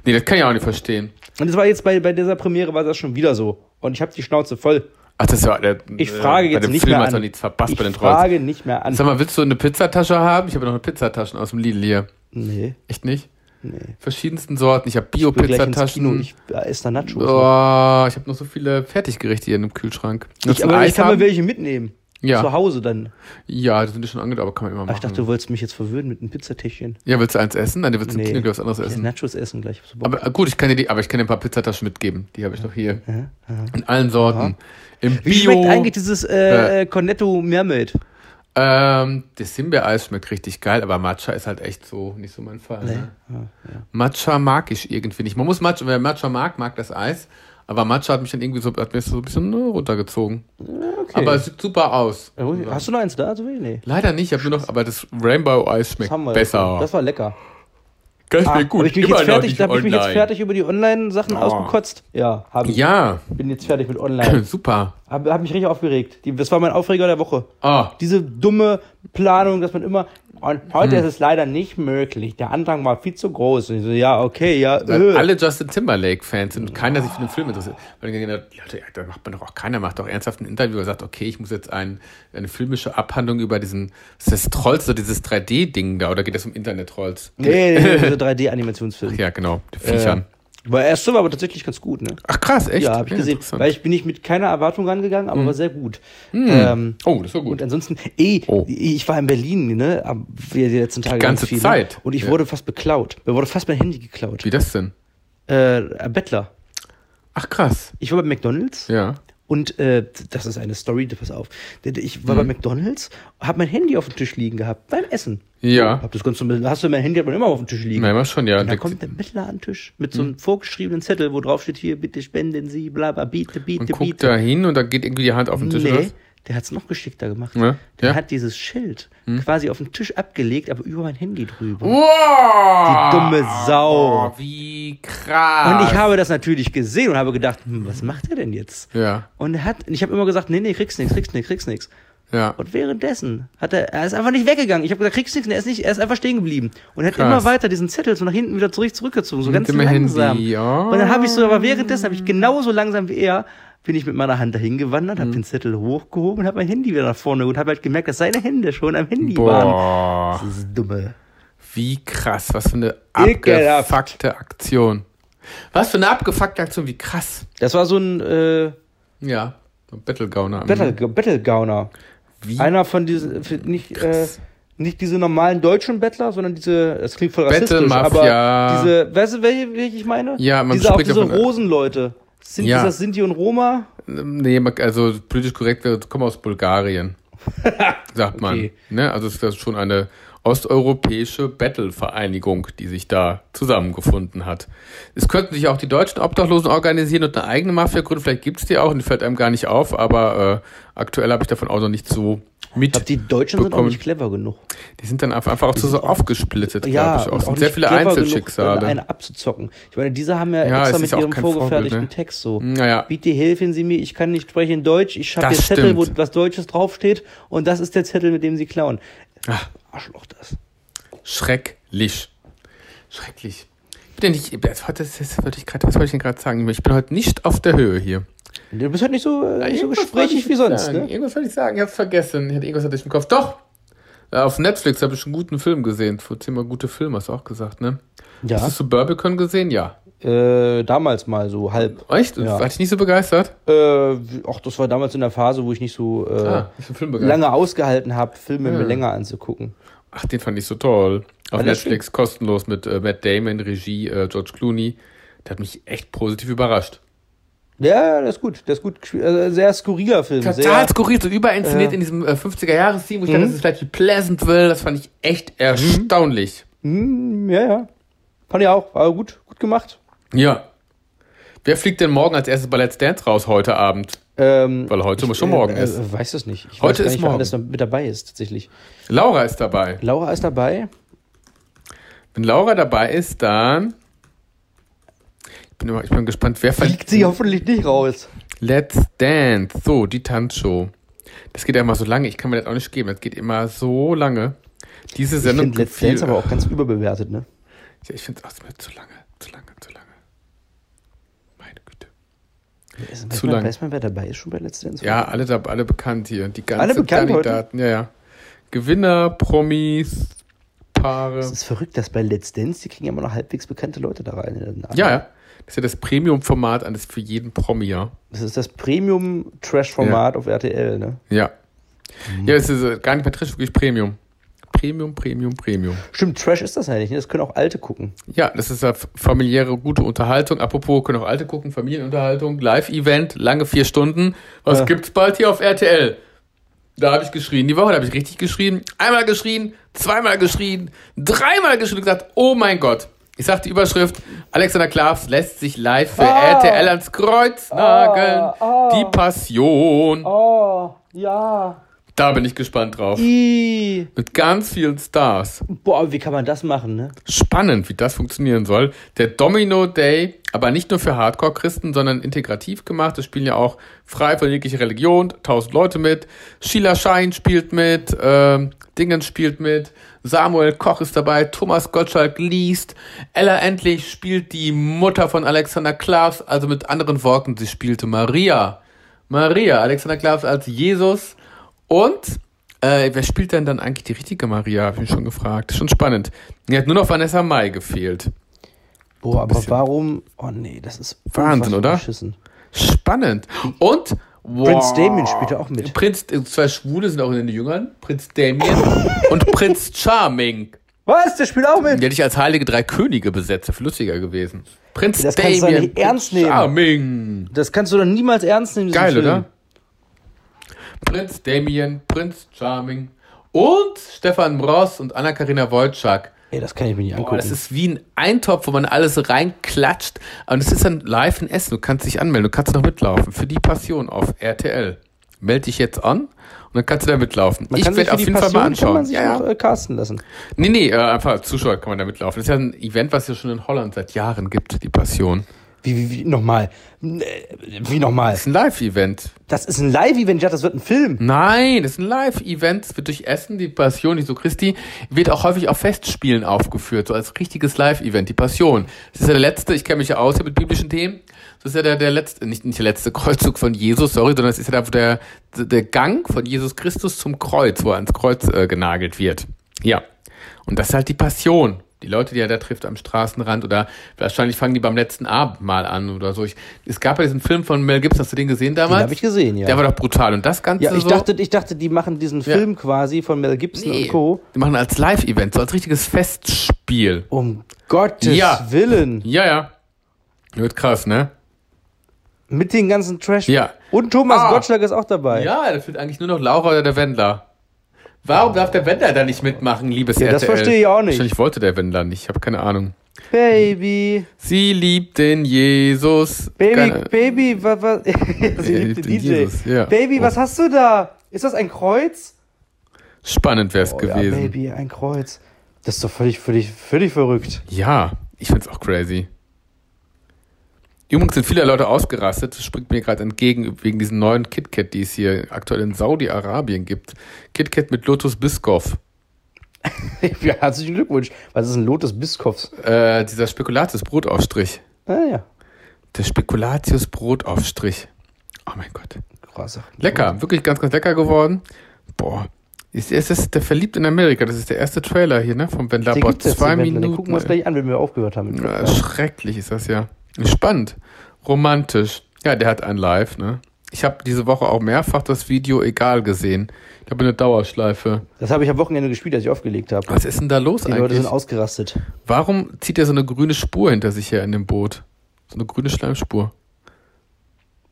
Speaker 1: Nee, das kann ich auch nicht verstehen.
Speaker 2: Und das war jetzt bei, bei dieser Premiere war das schon wieder so. Und ich habe die Schnauze voll.
Speaker 1: Ach, das war der,
Speaker 2: Ich frage
Speaker 1: äh, bei
Speaker 2: jetzt
Speaker 1: dem
Speaker 2: nicht
Speaker 1: Film
Speaker 2: mehr
Speaker 1: hat doch
Speaker 2: an.
Speaker 1: nichts verpasst
Speaker 2: ich
Speaker 1: bei den Trolls.
Speaker 2: frage nicht mehr an.
Speaker 1: Sag mal, willst du eine Pizzatasche haben? Ich habe noch eine Pizzatasche aus dem Lidl hier.
Speaker 2: Nee,
Speaker 1: Echt nicht?
Speaker 2: nee.
Speaker 1: Verschiedensten Sorten. Ich habe
Speaker 2: Ich will gleich ins Kino.
Speaker 1: Bio-Pizzataschen.
Speaker 2: Ich äh, esse da Nachos.
Speaker 1: Oh, ich habe noch so viele Fertiggerichte hier im Kühlschrank. Willst
Speaker 2: ich,
Speaker 1: du ein
Speaker 2: aber ich
Speaker 1: Eis
Speaker 2: kann mir
Speaker 1: haben?
Speaker 2: welche mitnehmen.
Speaker 1: Ja. Hm.
Speaker 2: Zu Hause dann.
Speaker 1: Ja, das sind die schon angedacht, aber kann man immer
Speaker 2: Ach,
Speaker 1: machen.
Speaker 2: ich dachte, du wolltest mich jetzt verwöhnen mit einem Pizzatäschchen.
Speaker 1: ja, willst du eins essen? Nein, du willst im
Speaker 2: Nee.
Speaker 1: Kino glaub ich, was anderes
Speaker 2: Ich esse
Speaker 1: essen.
Speaker 2: Nachos essen gleich. Ich hab so Bock.
Speaker 1: Aber äh, gut, ich kann dir die, aber ich kann dir ein paar Pizzataschen mitgeben. Die habe ich noch hier. In allen Sorten. Im
Speaker 2: Wie
Speaker 1: Bio.
Speaker 2: schmeckt eigentlich dieses äh, äh, Cornetto Mermaid?
Speaker 1: Ähm, das Himbeereis schmeckt richtig geil, aber Matcha ist halt echt so nicht so mein Fall. Ne? Matcha mag ich irgendwie nicht. Man muss Matcha, wer Matcha mag, mag das Eis. Aber Matcha hat mich dann irgendwie so, hat mich so ein bisschen äh, runtergezogen. Aber es sieht super aus.
Speaker 2: Ja, hol ich- Hast du noch eins da? Also, nee.
Speaker 1: Leider nicht, ich habe nur noch, aber das Rainbow Eis
Speaker 2: Das
Speaker 1: schmeckt
Speaker 2: haben wir.
Speaker 1: besser.
Speaker 2: Das war lecker.
Speaker 1: Kann ich
Speaker 2: Ah,
Speaker 1: mir
Speaker 2: gut,
Speaker 1: gut.
Speaker 2: hab ich mich
Speaker 1: Immer
Speaker 2: jetzt
Speaker 1: noch
Speaker 2: fertig,
Speaker 1: nicht
Speaker 2: da hab ich mich jetzt
Speaker 1: online.
Speaker 2: fertig über die Online-Sachen
Speaker 1: Oh.
Speaker 2: ausgekotzt? Ja, hab ich.
Speaker 1: Ja,
Speaker 2: Bin jetzt fertig mit Online.
Speaker 1: super.
Speaker 2: hab, hab mich richtig aufgeregt. Die, das war mein Aufreger der Woche.
Speaker 1: Ah,
Speaker 2: Diese dumme Planung, dass man immer. Und heute
Speaker 1: Hm.
Speaker 2: ist es leider nicht möglich. Der Antrag war viel zu groß. Und ich so, ja, okay, ja.
Speaker 1: Weil
Speaker 2: äh.
Speaker 1: alle Justin Timberlake-Fans sind und keiner sich für den Film interessiert. Weil dann, denken die Leute, ja, da macht man doch auch keiner, macht doch ernsthaft ein Interview und sagt, okay, ich muss jetzt ein, eine filmische Abhandlung über diesen, ist das Trolls oder dieses 3D-Ding da, oder geht das um Internet-Trolls?
Speaker 2: Nee, nee, nee, diese 3D-Animationsfilm. Äh,
Speaker 1: Ja, genau, die Viechern.
Speaker 2: War erste war aber tatsächlich ganz gut, ne?
Speaker 1: Ach krass, echt?
Speaker 2: Ja, habe ich gesehen.
Speaker 1: interessant.
Speaker 2: Weil ich bin nicht mit keiner Erwartung rangegangen, aber war sehr gut. Ähm,
Speaker 1: oh, das war gut.
Speaker 2: Und ansonsten, eh,
Speaker 1: Oh.
Speaker 2: ich war in Berlin, ne? am- Die die letzten Tage.
Speaker 1: ganze
Speaker 2: ganz viel, ne?
Speaker 1: Zeit.
Speaker 2: Und ich
Speaker 1: Ja.
Speaker 2: wurde fast beklaut. Mir wurde fast mein Handy geklaut.
Speaker 1: Wie das denn?
Speaker 2: Äh, ein Bettler.
Speaker 1: Ach krass.
Speaker 2: Ich war bei McDonalds
Speaker 1: Ja.
Speaker 2: und äh, das ist eine Story, pass auf. Ich war
Speaker 1: Mhm.
Speaker 2: bei McDonalds, habe mein Handy auf dem Tisch liegen gehabt, beim Essen.
Speaker 1: Ja.
Speaker 2: Hab das ganz normal- hast du mein Handy hat man immer auf dem Tisch liegen.
Speaker 1: Nein, war schon, ja.
Speaker 2: Und da
Speaker 1: Der-
Speaker 2: kommt der Bettler an den Tisch mit so
Speaker 1: Mhm.
Speaker 2: einem vorgeschriebenen Zettel, wo drauf steht, hier, bitte spenden Sie, bla bla, biete, biete,
Speaker 1: und guckt
Speaker 2: biete.
Speaker 1: da hin und da geht irgendwie die Hand auf den Tisch oder
Speaker 2: Nee,
Speaker 1: was?
Speaker 2: der hat's noch geschickter gemacht.
Speaker 1: Ja,
Speaker 2: Der
Speaker 1: ja. Hm?
Speaker 2: hat dieses Schild quasi auf den Tisch abgelegt, aber über mein Handy drüber.
Speaker 1: Oh, Wow!
Speaker 2: Die dumme Sau.
Speaker 1: Oh, wie krass.
Speaker 2: Und ich habe das natürlich gesehen und habe gedacht, hm, was macht er denn jetzt?
Speaker 1: Ja,
Speaker 2: Und er hat, und ich habe immer gesagt, nee, nee, kriegst nix, kriegst nix, kriegst nix.
Speaker 1: ja.
Speaker 2: Und währenddessen hat er, er ist einfach nicht weggegangen. Ich habe gesagt, kriegst nix, und er ist nicht, er ist einfach stehen geblieben. Und er hat
Speaker 1: Krass.
Speaker 2: immer weiter diesen Zettel so nach hinten wieder zurück, zurückgezogen, so ganz
Speaker 1: dem
Speaker 2: langsam.
Speaker 1: Handy, ja.
Speaker 2: Und dann habe ich so, aber währenddessen habe ich genauso langsam wie er, bin ich mit meiner Hand dahin gewandert,
Speaker 1: Mhm.
Speaker 2: habe den Zettel hochgehoben und habe mein Handy wieder nach vorne und habe halt gemerkt, dass seine Hände schon am Handy waren.
Speaker 1: Boah,
Speaker 2: Das ist dumme.
Speaker 1: wie krass. Was für eine
Speaker 2: Ekelhaft.
Speaker 1: abgefuckte Aktion. Was für eine abgefuckte Aktion, wie krass.
Speaker 2: Das war so ein äh,
Speaker 1: Ja, so ein Battlegauner.
Speaker 2: Battle, Battlegauner.
Speaker 1: Wie?
Speaker 2: Einer von diesen, für- nicht, äh,
Speaker 1: Krass.
Speaker 2: nicht diese normalen deutschen Bettler, sondern diese, das klingt voll rassistisch,
Speaker 1: Bettelmafia.
Speaker 2: aber diese, weißt du, welche, welche ich meine?
Speaker 1: Ja, man
Speaker 2: diese, auch
Speaker 1: spricht
Speaker 2: diese
Speaker 1: davon- äh,
Speaker 2: Rosenleute. Sind,
Speaker 1: Ja.
Speaker 2: Ist das Sinti und Roma?
Speaker 1: Nee, man- also politisch korrekt, wir kommen aus Bulgarien, sagt man.
Speaker 2: Okay.
Speaker 1: Ne? Also es ist das schon eine osteuropäische Battle-Vereinigung, die sich da zusammengefunden hat. Es könnten sich auch die deutschen Obdachlosen organisieren und eine eigene Mafia gründen. Vielleicht gibt's die auch und die fällt einem gar nicht auf, aber äh, aktuell habe ich davon auch noch nicht so
Speaker 2: Ich
Speaker 1: mit.
Speaker 2: glaube, die Deutschen sind auch
Speaker 1: Bekommen-
Speaker 2: nicht clever genug.
Speaker 1: Die sind dann einfach einfach auch so, so aufgesplittet,
Speaker 2: Ja,
Speaker 1: glaube ich. Auch. sind
Speaker 2: und
Speaker 1: sehr
Speaker 2: nicht
Speaker 1: viele
Speaker 2: clever genug,
Speaker 1: Einzelschicksale.
Speaker 2: Eine abzuzocken. Ich meine, diese haben ja,
Speaker 1: Ja,
Speaker 2: extra
Speaker 1: es
Speaker 2: mit
Speaker 1: ist ja auch
Speaker 2: ihrem
Speaker 1: kein Vorbild,
Speaker 2: vorgefertigten
Speaker 1: ne?
Speaker 2: Text so.
Speaker 1: Naja.
Speaker 2: Bitte helfen Sie mir, ich kann nicht sprechen Deutsch, ich habe
Speaker 1: Das
Speaker 2: hier Zettel, wo
Speaker 1: stimmt.
Speaker 2: was Deutsches draufsteht und das ist der Zettel, mit dem Sie klauen.
Speaker 1: Ach.
Speaker 2: Arschloch das.
Speaker 1: Schrecklich. Schrecklich. Ich bin ja nicht, das, das, das wollte ich grad, was wollte ich denn gerade sagen? Ich bin heute nicht auf der Höhe hier.
Speaker 2: Du bist halt nicht so, äh, nicht
Speaker 1: Irgendwas
Speaker 2: so
Speaker 1: wollte
Speaker 2: gesprächig
Speaker 1: ich
Speaker 2: wie sonst,
Speaker 1: sagen.
Speaker 2: ne?
Speaker 1: Irgendwas wollte ich sagen, ich hab's vergessen. Ich hatte irgendwas hatte ich im Kopf. Doch! Äh, Auf Netflix habe ich einen guten Film gesehen. Vor zehnmal gute Filme, hast du auch gesagt, ne?
Speaker 2: Ja.
Speaker 1: Hast du Suburbicon gesehen? Ja.
Speaker 2: Äh, damals mal so halb.
Speaker 1: Echt?
Speaker 2: Ja.
Speaker 1: War ich nicht so begeistert?
Speaker 2: Äh, ach, das war damals in der Phase, wo ich nicht so äh,
Speaker 1: Ah, Hm. ich bin Film begeistert.
Speaker 2: lange ausgehalten habe, Filme
Speaker 1: Ja.
Speaker 2: mir länger anzugucken.
Speaker 1: Ach, den fand ich so toll. Auf
Speaker 2: War der
Speaker 1: Netflix kostenlos mit äh, Matt Damon, Regie, äh, George Clooney. Der hat mich echt positiv überrascht.
Speaker 2: Ja, das ist gut. Das ist gut. gespielt. Also, sehr skurriler Film.
Speaker 1: Total
Speaker 2: sehr, Mhm.
Speaker 1: skurril, so überinszeniert
Speaker 2: Ja.
Speaker 1: in diesem äh, 50er-Jahres-Team, wo ich dachte, das ist gleich wie Pleasantville. Das fand ich
Speaker 2: Mhm.
Speaker 1: echt erstaunlich.
Speaker 2: Hm, ja, ja. Fand ich auch. War gut, gut gemacht.
Speaker 1: Ja. Wer fliegt denn morgen als erstes bei Let's Dance raus heute Abend?
Speaker 2: Ähm,
Speaker 1: Weil heute muss schon morgen
Speaker 2: äh,
Speaker 1: ist.
Speaker 2: Äh, weiß es nicht. Ich
Speaker 1: Heute
Speaker 2: weiß gar
Speaker 1: ist
Speaker 2: nicht,
Speaker 1: morgen.
Speaker 2: Wer alles da mit dabei ist, tatsächlich.
Speaker 1: Laura ist dabei.
Speaker 2: Laura ist dabei.
Speaker 1: Wenn Laura dabei ist, dann. Ich bin, immer, ich bin gespannt, wer
Speaker 2: Fliegt
Speaker 1: verliegt.
Speaker 2: sie hoffentlich nicht raus.
Speaker 1: Let's Dance. So, die Tanzshow. Das geht ja immer so lange. Ich kann mir das auch nicht geben. Das geht immer so lange. Diese
Speaker 2: Ich
Speaker 1: Sendung.
Speaker 2: finde Let's
Speaker 1: gefiel-
Speaker 2: Dance aber auch ganz überbewertet, ne?
Speaker 1: Ja, ich finde es auch zu lange. Zu lange, zu lange. Meine Güte.
Speaker 2: Weiß
Speaker 1: Zu
Speaker 2: man,
Speaker 1: lang.
Speaker 2: Weiß man, wer dabei ist schon bei Let's Dance?
Speaker 1: Ja, alle, da, alle bekannt hier. Die ganzen
Speaker 2: Alle bekannt heute?
Speaker 1: Kandidaten. Ja, ja. Gewinner, Promis, Paare.
Speaker 2: Es ist verrückt, dass bei Let's Dance, die kriegen ja immer noch halbwegs bekannte Leute da rein. in den Abend.
Speaker 1: Ja, ja. Das ist ja das Premium-Format eines für jeden Promi, ja.
Speaker 2: Das ist das Premium-Trash-Format auf RTL, ne?
Speaker 1: Ja.
Speaker 2: Mhm.
Speaker 1: Ja, es ist äh, gar nicht mehr Trash, wirklich Premium. Premium, Premium, Premium.
Speaker 2: Stimmt, Trash ist das ja nicht, ne? Das können auch Alte gucken.
Speaker 1: Ja, das ist ja f- familiäre, gute Unterhaltung. Apropos, können auch Alte gucken, Familienunterhaltung, Live-Event, lange vier Stunden. Was
Speaker 2: Ja.
Speaker 1: gibt's bald hier auf RTL? Da habe ich geschrien, die Woche, da habe ich richtig geschrien. Einmal geschrien, zweimal geschrien, dreimal geschrien und gesagt, oh mein Gott. Ich sag die Überschrift, Alexander Klavs lässt sich live für RTL ans Kreuz nageln. Die Passion.
Speaker 2: Oh, ja.
Speaker 1: Da bin ich gespannt drauf.
Speaker 2: I.
Speaker 1: Mit ganz vielen Stars.
Speaker 2: Boah, wie kann man das machen, ne?
Speaker 1: Spannend, wie das funktionieren soll. Der Domino Day, aber nicht nur für Hardcore-Christen, sondern integrativ gemacht. Es spielen ja auch frei von jeglicher Religion, tausend Leute mit. Sheila Schein spielt mit, ähm, Dingens spielt mit, Samuel Koch ist dabei, Thomas Gottschalk liest, Ella Endlich spielt die Mutter von Alexander Klavs, also mit anderen Worten, sie spielte Maria. Maria, Alexander Klavs als Jesus und äh, wer spielt denn dann eigentlich die richtige Maria? Hab ich mich schon gefragt. Schon spannend. Mir hat nur noch Vanessa Mai gefehlt.
Speaker 2: Boah, aber
Speaker 1: bisschen-
Speaker 2: warum? Oh nee, das ist
Speaker 1: Wahnsinn,
Speaker 2: unfassbar
Speaker 1: oder?
Speaker 2: Beschissen.
Speaker 1: Spannend. Und wow.
Speaker 2: Prince Damien spielt ja auch mit.
Speaker 1: Prinz, äh, zwei Schwule sind auch in den Jüngern. Prinz Damien und Prinz Charming.
Speaker 2: Was? Der spielt auch
Speaker 1: Die
Speaker 2: mit?
Speaker 1: hätte ich als heilige drei Könige besetzt, wäre lustiger gewesen. Prinz
Speaker 2: Das kannst du
Speaker 1: Damien.
Speaker 2: doch nicht ernst
Speaker 1: Prinz
Speaker 2: nehmen.
Speaker 1: Charming.
Speaker 2: Das kannst du doch niemals ernst nehmen. diesen
Speaker 1: Geil,
Speaker 2: Film.
Speaker 1: oder? Prinz Damien, Prinz Charming und Stefan Ross und Anna-Karina Wojcik.
Speaker 2: Ey, das kann ich mir nicht angucken.
Speaker 1: Boah, das ist wie ein Eintopf, wo man alles reinklatscht. Und es ist dann live in Essen. Du kannst dich anmelden, du kannst noch mitlaufen. Für die Passion auf RTL. Melde dich jetzt an und dann kannst du da mitlaufen.
Speaker 2: man
Speaker 1: ich
Speaker 2: kann sich
Speaker 1: werde
Speaker 2: für
Speaker 1: auf
Speaker 2: die
Speaker 1: jeden Fall mal
Speaker 2: Passion Kann man
Speaker 1: anschauen.
Speaker 2: sich
Speaker 1: Ja, ja.
Speaker 2: noch, äh, casten lassen.
Speaker 1: Nee, nee, äh, einfach als Zuschauer kann man da mitlaufen. Das ist ja ein Event, was es ja schon in Holland seit Jahren gibt, die Passion.
Speaker 2: Wie, wie, wie, nochmal. Äh, Wie nochmal?
Speaker 1: Das ist ein Live-Event.
Speaker 2: Das ist ein Live-Event, ja, das wird ein Film.
Speaker 1: Hm. Nein, das ist ein Live-Event. Es wird durch Essen, die Passion, die so Christi, wird auch häufig auf Festspielen aufgeführt, so als richtiges Live-Event, die Passion. Das ist ja der letzte, ich kenne mich ja aus hier mit biblischen Themen. Das ist ja der, der letzte, nicht, nicht der letzte Kreuzzug von Jesus, sorry, sondern es ist ja der, der, der Gang von Jesus Christus zum Kreuz, wo er ans Kreuz äh, genagelt wird. Ja. Und das ist halt die Passion. Die Leute, die er da trifft am Straßenrand oder wahrscheinlich fangen die beim letzten Abendmahl an oder so. Ich, es gab ja diesen Film von Mel Gibson, hast du den gesehen damals?
Speaker 2: Den habe ich gesehen, ja.
Speaker 1: Der war doch brutal. Und das Ganze
Speaker 2: ja, ich
Speaker 1: so,
Speaker 2: dachte, ich dachte, die machen diesen
Speaker 1: Ja.
Speaker 2: Film quasi von Mel Gibson
Speaker 1: nee,
Speaker 2: und Co.
Speaker 1: die machen als Live-Event, so als richtiges Festspiel.
Speaker 2: Um Gottes
Speaker 1: Ja.
Speaker 2: Willen.
Speaker 1: Ja, ja. Wird krass, ne?
Speaker 2: Mit den ganzen Trash.
Speaker 1: Ja.
Speaker 2: Und Thomas
Speaker 1: Ah.
Speaker 2: Gottschalk ist auch dabei.
Speaker 1: Ja, da fehlt eigentlich nur noch Laura oder der Wendler. Warum darf der Wendler da nicht mitmachen, liebes
Speaker 2: Ja, das
Speaker 1: RTL?
Speaker 2: verstehe ich auch nicht.
Speaker 1: Wahrscheinlich wollte der Wendler nicht, ich habe keine Ahnung.
Speaker 2: Baby.
Speaker 1: Sie liebt den Jesus.
Speaker 2: Baby,
Speaker 1: Keine-
Speaker 2: Baby, was, was, sie liebt den DJ.
Speaker 1: Äh, Jesus, ja. Oh.
Speaker 2: Baby, was hast du da? Ist das ein Kreuz?
Speaker 1: Spannend wär's
Speaker 2: Oh, ja,
Speaker 1: gewesen.
Speaker 2: Baby, ein Kreuz. Das ist doch völlig, völlig, völlig verrückt.
Speaker 1: Ja, ich find's auch crazy. Übrigens sind viele Leute ausgerastet. Das springt mir gerade entgegen wegen diesen neuen KitKat, die es hier aktuell in Saudi-Arabien gibt. KitKat mit Lotus Biscoff.
Speaker 2: ja, herzlichen Glückwunsch. Was ist ein Lotus Biskopfs?
Speaker 1: Äh, dieser Spekulatius-Brotaufstrich.
Speaker 2: Naja,
Speaker 1: Der Spekulatius-Brotaufstrich. Oh mein Gott.
Speaker 2: krass.
Speaker 1: Lecker, wirklich ganz, ganz lecker geworden. Boah. Ist, ist das der Verliebt in Amerika? Das ist der erste Trailer hier, ne? Vom Wendler
Speaker 2: Der
Speaker 1: Bot.
Speaker 2: gibt es
Speaker 1: Zwei Minuten.
Speaker 2: ne?
Speaker 1: äh.
Speaker 2: Dann gucken wir uns gleich an, wenn wir aufgehört haben. mit
Speaker 1: Ja,
Speaker 2: Podcast.
Speaker 1: Schrecklich ist das ja. Spannend. Romantisch. Ja, der hat einen live, ne? Ich habe diese Woche auch mehrfach das Video egal gesehen. Ich habe eine Dauerschleife.
Speaker 2: Das habe ich am Wochenende gespielt, als ich aufgelegt habe.
Speaker 1: Was ist denn da los
Speaker 2: Die Leute
Speaker 1: eigentlich?
Speaker 2: sind ausgerastet.
Speaker 1: Warum zieht er so eine grüne Spur hinter sich her in dem Boot? So eine grüne Schleimspur.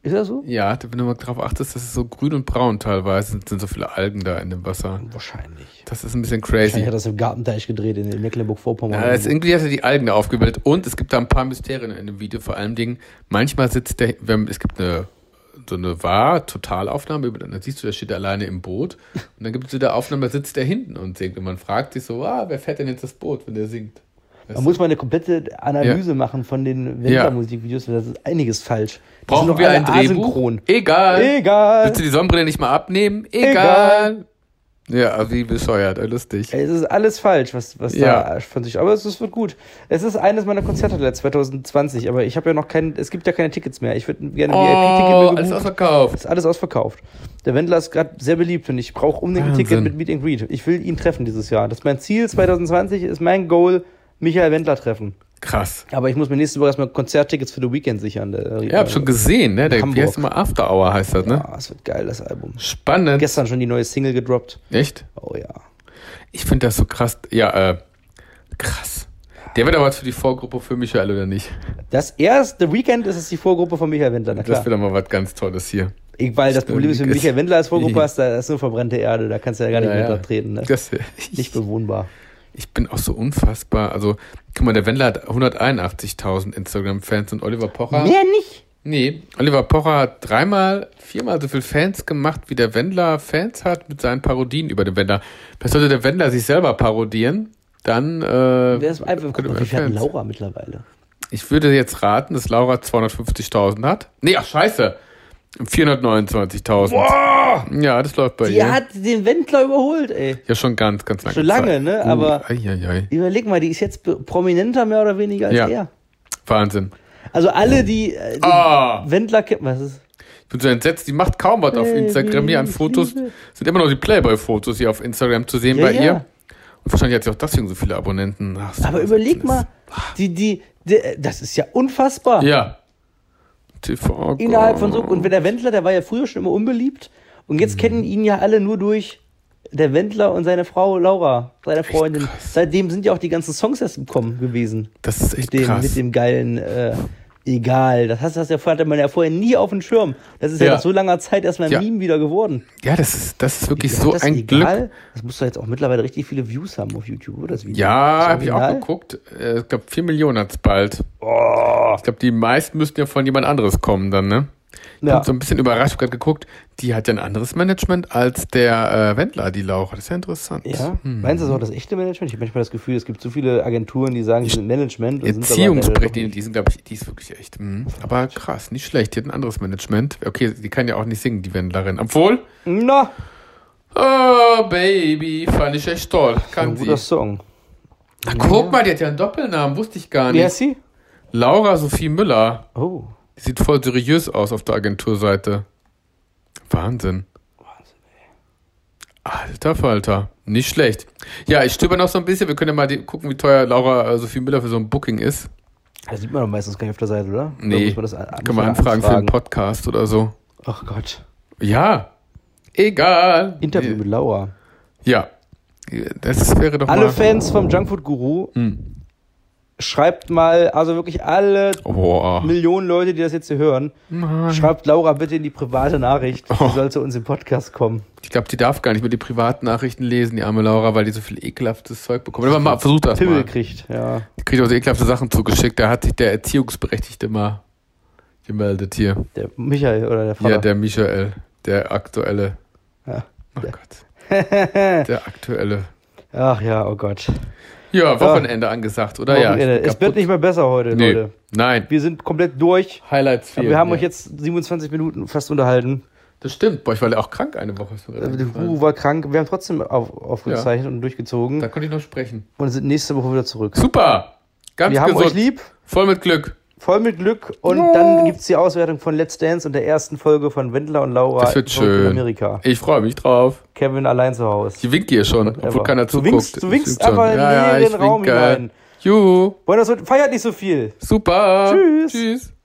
Speaker 2: Ist das so?
Speaker 1: Ja, wenn du mal drauf achtest, das ist so grün und braun teilweise. Sind, sind so viele Algen da in dem Wasser.
Speaker 2: Wahrscheinlich.
Speaker 1: Das ist ein bisschen
Speaker 2: Wahrscheinlich
Speaker 1: crazy.
Speaker 2: hat das im Gartenteich gedreht, in Mecklenburg-Vorpommern.
Speaker 1: Ja, das, irgendwie hat er die Algen da aufgebildet. Und es gibt da ein paar Mysterien in dem Video. Vor allen Dingen, manchmal sitzt der, wenn, es gibt eine, so eine Wahr-Totalaufnahme, über- dann siehst du, der steht alleine im Boot. Und dann gibt es wieder Aufnahmen, da sitzt der hinten und singt. Und man fragt sich so, ah, wer fährt denn jetzt das Boot, wenn der singt?
Speaker 2: Man muss mal eine komplette Analyse machen von den
Speaker 1: Ja.
Speaker 2: Wendler-Musikvideos, weil das ist einiges falsch. Die sind
Speaker 1: Brauchen
Speaker 2: doch
Speaker 1: wir
Speaker 2: alle
Speaker 1: ein Drehbuch?
Speaker 2: Asynchron.
Speaker 1: Egal.
Speaker 2: Egal.
Speaker 1: Willst du die Sonnenbrille nicht mal abnehmen? Egal.
Speaker 2: Egal.
Speaker 1: Ja, wie bescheuert, äh, lustig.
Speaker 2: Es ist alles falsch, was, was
Speaker 1: Ja.
Speaker 2: da von sich. Aber es, es wird gut. Es ist eines meiner Konzerte 2020, aber ich habe ja noch kein. Es gibt ja keine Tickets mehr. Ich würde gerne
Speaker 1: Oh,
Speaker 2: VIP-Ticket
Speaker 1: alles
Speaker 2: mir gebucht.
Speaker 1: ausverkauft.
Speaker 2: Ist alles ausverkauft. Der Wendler ist gerade sehr beliebt und ich brauche unbedingt ein
Speaker 1: Wahnsinn.
Speaker 2: Ticket mit Meet and Greet. Ich will ihn treffen dieses Jahr. Das ist mein Ziel 2020, ist mein Goal, Michael Wendler treffen.
Speaker 1: Krass.
Speaker 2: Aber ich muss mir nächste Woche erstmal Konzerttickets für The Weekend sichern. Der,
Speaker 1: Ja, hab schon gesehen, ne? Der, wie
Speaker 2: Hamburg.
Speaker 1: heißt immer After Hour heißt das, ne?
Speaker 2: Ah, es wird geil, das Album.
Speaker 1: Spannend.
Speaker 2: Gestern schon die neue Single gedroppt.
Speaker 1: Echt?
Speaker 2: Oh ja.
Speaker 1: Ich finde das so krass. Ja, äh, krass. Der wird aber was für die Vorgruppe für Michael oder nicht?
Speaker 2: Das erste Weekend ist es die Vorgruppe von Michael Wendler, na
Speaker 1: Das
Speaker 2: klar.
Speaker 1: wird doch mal was ganz Tolles hier.
Speaker 2: Ich, weil das
Speaker 1: das
Speaker 2: Problem ist, wenn du
Speaker 1: ist-
Speaker 2: Michael Wendler als Vorgruppe hast, da ist nur verbrannte Erde, da kannst du ja gar nicht
Speaker 1: Ja,
Speaker 2: mehr
Speaker 1: ja.
Speaker 2: dran treten. Ne?
Speaker 1: Das,
Speaker 2: Nicht
Speaker 1: ich,
Speaker 2: bewohnbar.
Speaker 1: ich bin auch so unfassbar. Also, guck mal, der Wendler hat 181.000 Instagram-Fans und Oliver Pocher.
Speaker 2: Mehr nicht.
Speaker 1: Nee, Oliver Pocher hat dreimal, viermal so viel Fans gemacht, wie der Wendler Fans hat mit seinen Parodien über den Wendler. Vielleicht sollte der Wendler sich selber parodieren, dann. Äh,
Speaker 2: Wer ist einfach, guck
Speaker 1: könnte
Speaker 2: mal,
Speaker 1: man
Speaker 2: wie viel hat denn
Speaker 1: Fans.
Speaker 2: Laura mittlerweile?
Speaker 1: Ich würde jetzt raten, dass Laura 250.000 hat. Nee, ach scheiße. 429.000. Ja, das läuft bei
Speaker 2: Die
Speaker 1: ihr.
Speaker 2: hat den Wendler überholt, ey.
Speaker 1: ja, schon ganz, ganz lange.
Speaker 2: Schon lange, ne? Aber-
Speaker 1: Uh, ei.
Speaker 2: Überleg mal, die ist jetzt be- prominenter mehr oder weniger als
Speaker 1: Ja.
Speaker 2: er.
Speaker 1: Wahnsinn.
Speaker 2: Also alle, die, äh, die
Speaker 1: Ah,
Speaker 2: Wendler kennen, was ist?
Speaker 1: ich bin so entsetzt. Die macht kaum was auf
Speaker 2: Baby,
Speaker 1: Instagram. Hier an Fotos
Speaker 2: Äh, Liebe.
Speaker 1: sind immer noch die Playboy-Fotos hier auf Instagram zu sehen
Speaker 2: Ja,
Speaker 1: bei
Speaker 2: ja.
Speaker 1: ihr. Wahrscheinlich hat sie auch deswegen so viele Abonnenten. Ach, so
Speaker 2: Aber
Speaker 1: was
Speaker 2: überleg
Speaker 1: ist-
Speaker 2: mal, die, die, die, das ist ja unfassbar.
Speaker 1: Ja. TV.
Speaker 2: Innerhalb von so. Und wenn der Wendler, der war ja früher schon immer unbeliebt. Und
Speaker 1: Mhm.
Speaker 2: jetzt kennen ihn ja alle nur durch der Wendler und seine Frau Laura, seine Freundin. Seitdem sind ja auch die ganzen Songs erst im Kommen gewesen.
Speaker 1: Das ist echt
Speaker 2: Mit dem,
Speaker 1: krass.
Speaker 2: mit dem geilen. Äh, Egal, das hast- das ja, vorher- hatte man ja vorher nie auf dem Schirm. Das ist ja,
Speaker 1: Ja.
Speaker 2: nach so langer Zeit erstmal ein
Speaker 1: Ja.
Speaker 2: Meme wieder geworden.
Speaker 1: Ja, das ist, das ist wirklich
Speaker 2: Ist
Speaker 1: so
Speaker 2: das
Speaker 1: ein Glück.
Speaker 2: Das muss doch jetzt auch mittlerweile richtig viele Views haben auf YouTube, oder? Das Video.
Speaker 1: Ja,
Speaker 2: Das
Speaker 1: habe ich auch
Speaker 2: Original?
Speaker 1: geguckt. Äh, Ich glaube, 4 Millionen hat's bald. Ich glaube, die meisten müssten ja von jemand anderes kommen dann, ne? Ich
Speaker 2: Ja.
Speaker 1: bin so ein bisschen überrascht, gerade geguckt. Die hat ja ein anderes Management als der äh, Wendler, die Laura. Das ist ja interessant.
Speaker 2: Ja, meinst du, das ist auch das echte Management? Ich habe manchmal das Gefühl, es gibt zu viele Agenturen, die sagen, sie sind Management. und sind aber
Speaker 1: Erziehungsberechtigte,
Speaker 2: leider doch
Speaker 1: die sind, glaube ich, die ist wirklich echt. Mhm. Aber krass, nicht schlecht. Die hat ein anderes Management. Okay, die kann ja auch nicht singen, die Wendlerin. Obwohl,
Speaker 2: nicht. Na,
Speaker 1: oh, Baby, fand ich echt toll.
Speaker 2: ein
Speaker 1: Kann sie.
Speaker 2: guter Song.
Speaker 1: Ach, guck mal, die hat ja einen Doppelnamen, wusste ich gar nicht.
Speaker 2: Wie heißt sie?
Speaker 1: Laura Sophie Müller.
Speaker 2: Oh,
Speaker 1: Die sieht voll seriös aus auf der Agenturseite. Wahnsinn.
Speaker 2: Wahnsinn.
Speaker 1: Alter Falter. Nicht schlecht. Ja, ich stöber noch so ein bisschen. Wir können ja mal die, gucken, wie teuer Laura äh, Sophie Müller für so ein Booking ist.
Speaker 2: Das sieht man doch meistens gar nicht auf der Seite, oder? Oder
Speaker 1: Nee.
Speaker 2: Muss man das an-
Speaker 1: Können wir
Speaker 2: muss man
Speaker 1: anfragen für einen Podcast oder so.
Speaker 2: Ach Gott.
Speaker 1: Ja. Egal.
Speaker 2: Interview mit Laura.
Speaker 1: Ja. Das wäre doch
Speaker 2: Alle
Speaker 1: mal.
Speaker 2: Fans vom Junkfood Guru,
Speaker 1: Hm.
Speaker 2: schreibt mal, also wirklich alle
Speaker 1: Boah.
Speaker 2: Millionen Leute, die das jetzt hier hören, schreibt Laura bitte in die private Nachricht. Sie
Speaker 1: Oh.
Speaker 2: soll zu uns im Podcast kommen.
Speaker 1: Ich glaube, die darf gar nicht mehr die Privatnachrichten lesen, die arme Laura, weil die so viel ekelhaftes Zeug bekommt. Aber mal, versuch das
Speaker 2: Pimmel
Speaker 1: mal.
Speaker 2: kriegt, ja.
Speaker 1: Die kriegt auch so ekelhafte Sachen zugeschickt. Da hat sich der Erziehungsberechtigte mal gemeldet hier.
Speaker 2: Der Michael oder der
Speaker 1: Ja,
Speaker 2: Vater.
Speaker 1: der Michael. Der aktuelle.
Speaker 2: Ja.
Speaker 1: Oh Gott. Der aktuelle.
Speaker 2: Ach ja, oh Gott.
Speaker 1: Ja, Wochenende angesagt, oder?
Speaker 2: Wochenende.
Speaker 1: Ja, ich-
Speaker 2: es wird nicht mehr besser heute,
Speaker 1: nee.
Speaker 2: Leute.
Speaker 1: Nein.
Speaker 2: Wir sind komplett durch.
Speaker 1: Highlights
Speaker 2: Aber
Speaker 1: fehlen.
Speaker 2: wir haben
Speaker 1: ja.
Speaker 2: euch jetzt 27 Minuten fast unterhalten.
Speaker 1: Das stimmt. Boah, ich war ja auch krank eine Woche. Ist mir gerade
Speaker 2: Der
Speaker 1: eingefallen.
Speaker 2: Guru war krank. Wir haben trotzdem auf, aufgezeichnet und durchgezogen
Speaker 1: Da konnte ich noch sprechen.
Speaker 2: und sind nächste Woche wieder zurück.
Speaker 1: Super! Ganz
Speaker 2: Wir haben
Speaker 1: gesund.
Speaker 2: euch lieb,
Speaker 1: Voll mit Glück.
Speaker 2: voll mit Glück und
Speaker 1: Ja.
Speaker 2: dann gibt es die Auswertung von Let's Dance und der ersten Folge von Wendler und Laura
Speaker 1: Das wird
Speaker 2: in Verrückt in
Speaker 1: schön.
Speaker 2: Amerika.
Speaker 1: Ich freue mich drauf.
Speaker 2: Kevin allein zu Hause.
Speaker 1: Ich winke hier schon, obwohl keiner
Speaker 2: Du
Speaker 1: zuguckt.
Speaker 2: winkst- du
Speaker 1: Ich
Speaker 2: winkst
Speaker 1: wink schon.
Speaker 2: einfach näher in den Raum hinein.
Speaker 1: Juhu,
Speaker 2: Buenos feiert nicht so viel.
Speaker 1: super.
Speaker 2: Tschüss.
Speaker 1: Tschüss.